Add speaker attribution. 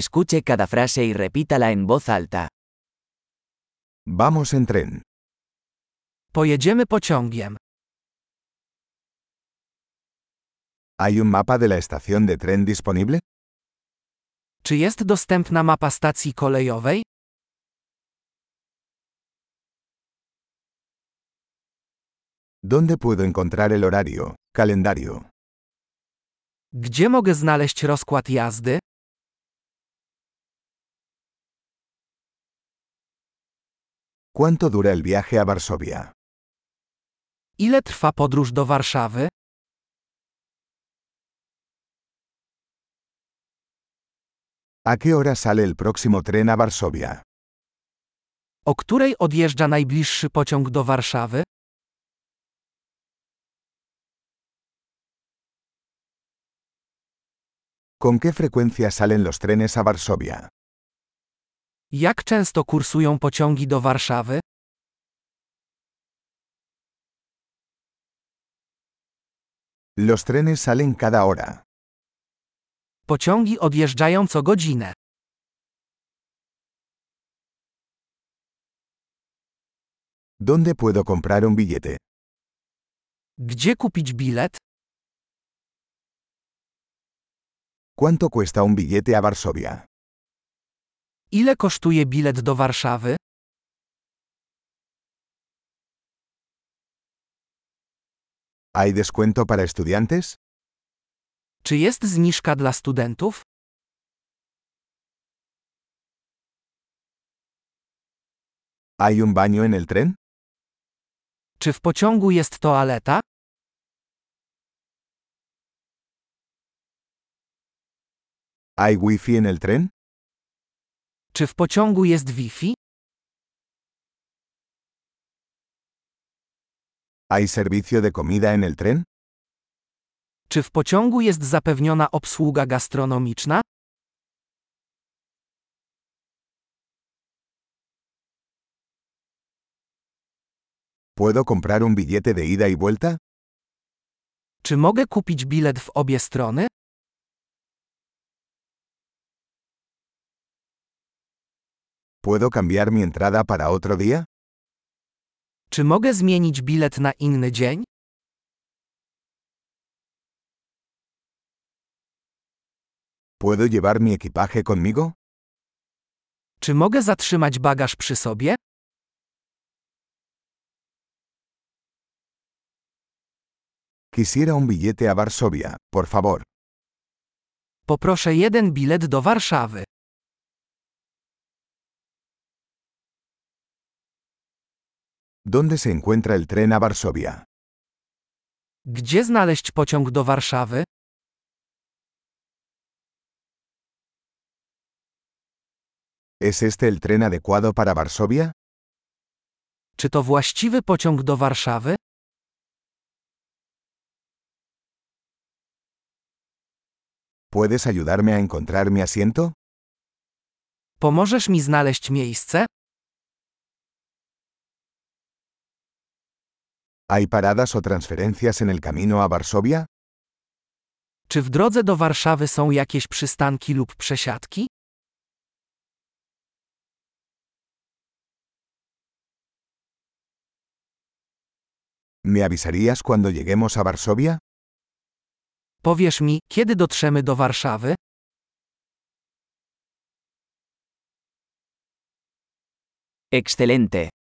Speaker 1: Escuche cada frase y repítala en voz alta.
Speaker 2: Vamos en tren.
Speaker 3: Pojedziemy pociągiem.
Speaker 2: ¿Hay un mapa de la estación de tren disponible?
Speaker 3: Czy jest dostępna mapa stacji kolejowej?
Speaker 2: ¿Dónde puedo encontrar el horario, calendario?
Speaker 3: Gdzie mogę znaleźć rozkład jazdy?
Speaker 2: ¿Cuánto dura el viaje a Varsovia?
Speaker 3: Ile trwa podróż do Warszawy?
Speaker 2: ¿A qué hora sale el próximo tren a Varsovia?
Speaker 3: O której odjeżdża najbliższy pociąg do Warszawy?
Speaker 2: ¿Con qué frecuencia salen los trenes a Varsovia?
Speaker 3: Jak często kursują pociągi do Warszawy?
Speaker 2: Los trenes salen cada hora.
Speaker 3: Pociągi odjeżdżają co godzinę.
Speaker 2: ¿Dónde puedo comprar un billete?
Speaker 3: Gdzie kupić bilet?
Speaker 2: ¿Cuánto cuesta un billete a Varsovia?
Speaker 3: Ile kosztuje bilet do Warszawy?
Speaker 2: ¿Hay descuento para estudiantes?
Speaker 3: Czy jest zniżka dla studentów?
Speaker 2: ¿Hay un baño en el tren?
Speaker 3: Czy w pociągu jest toaleta?
Speaker 2: ¿Hay wifi en el tren?
Speaker 3: Czy w pociągu jest Wi-Fi?
Speaker 2: ¿Hay servicio de comida en el tren?
Speaker 3: Czy w pociągu jest zapewniona obsługa gastronomiczna?
Speaker 2: ¿Puedo comprar un billete de ida y vuelta?
Speaker 3: Czy mogę kupić bilet w obie strony?
Speaker 2: ¿Puedo cambiar mi entrada para otro día?
Speaker 3: Czy mogę zmienić bilet na inny dzień?
Speaker 2: ¿Puedo llevar mi equipaje conmigo?
Speaker 3: Czy mogę zatrzymać bagaż przy sobie?
Speaker 2: Quisiera un billete a Varsovia, por favor.
Speaker 3: Poproszę jeden bilet do Warszawy.
Speaker 2: ¿Dónde se encuentra el tren a Varsovia?
Speaker 3: Gdzie znaleźć pociąg do Warszawy?
Speaker 2: ¿Es este el tren adecuado para Varsovia?
Speaker 3: Czy to właściwy pociąg do Warszawy?
Speaker 2: ¿Puedes ayudarme a encontrar mi asiento?
Speaker 3: Pomożesz mi znaleźć miejsce?
Speaker 2: ¿Hay paradas o transferencias en el camino a Varsovia?
Speaker 3: Czy w drodze do Warszawy są jakieś przystanki lub przesiadki?
Speaker 2: ¿Me avisarías cuando lleguemos a Varsovia?
Speaker 3: Powiesz mi, kiedy dotrzemy do Warszawy?
Speaker 1: Excelente.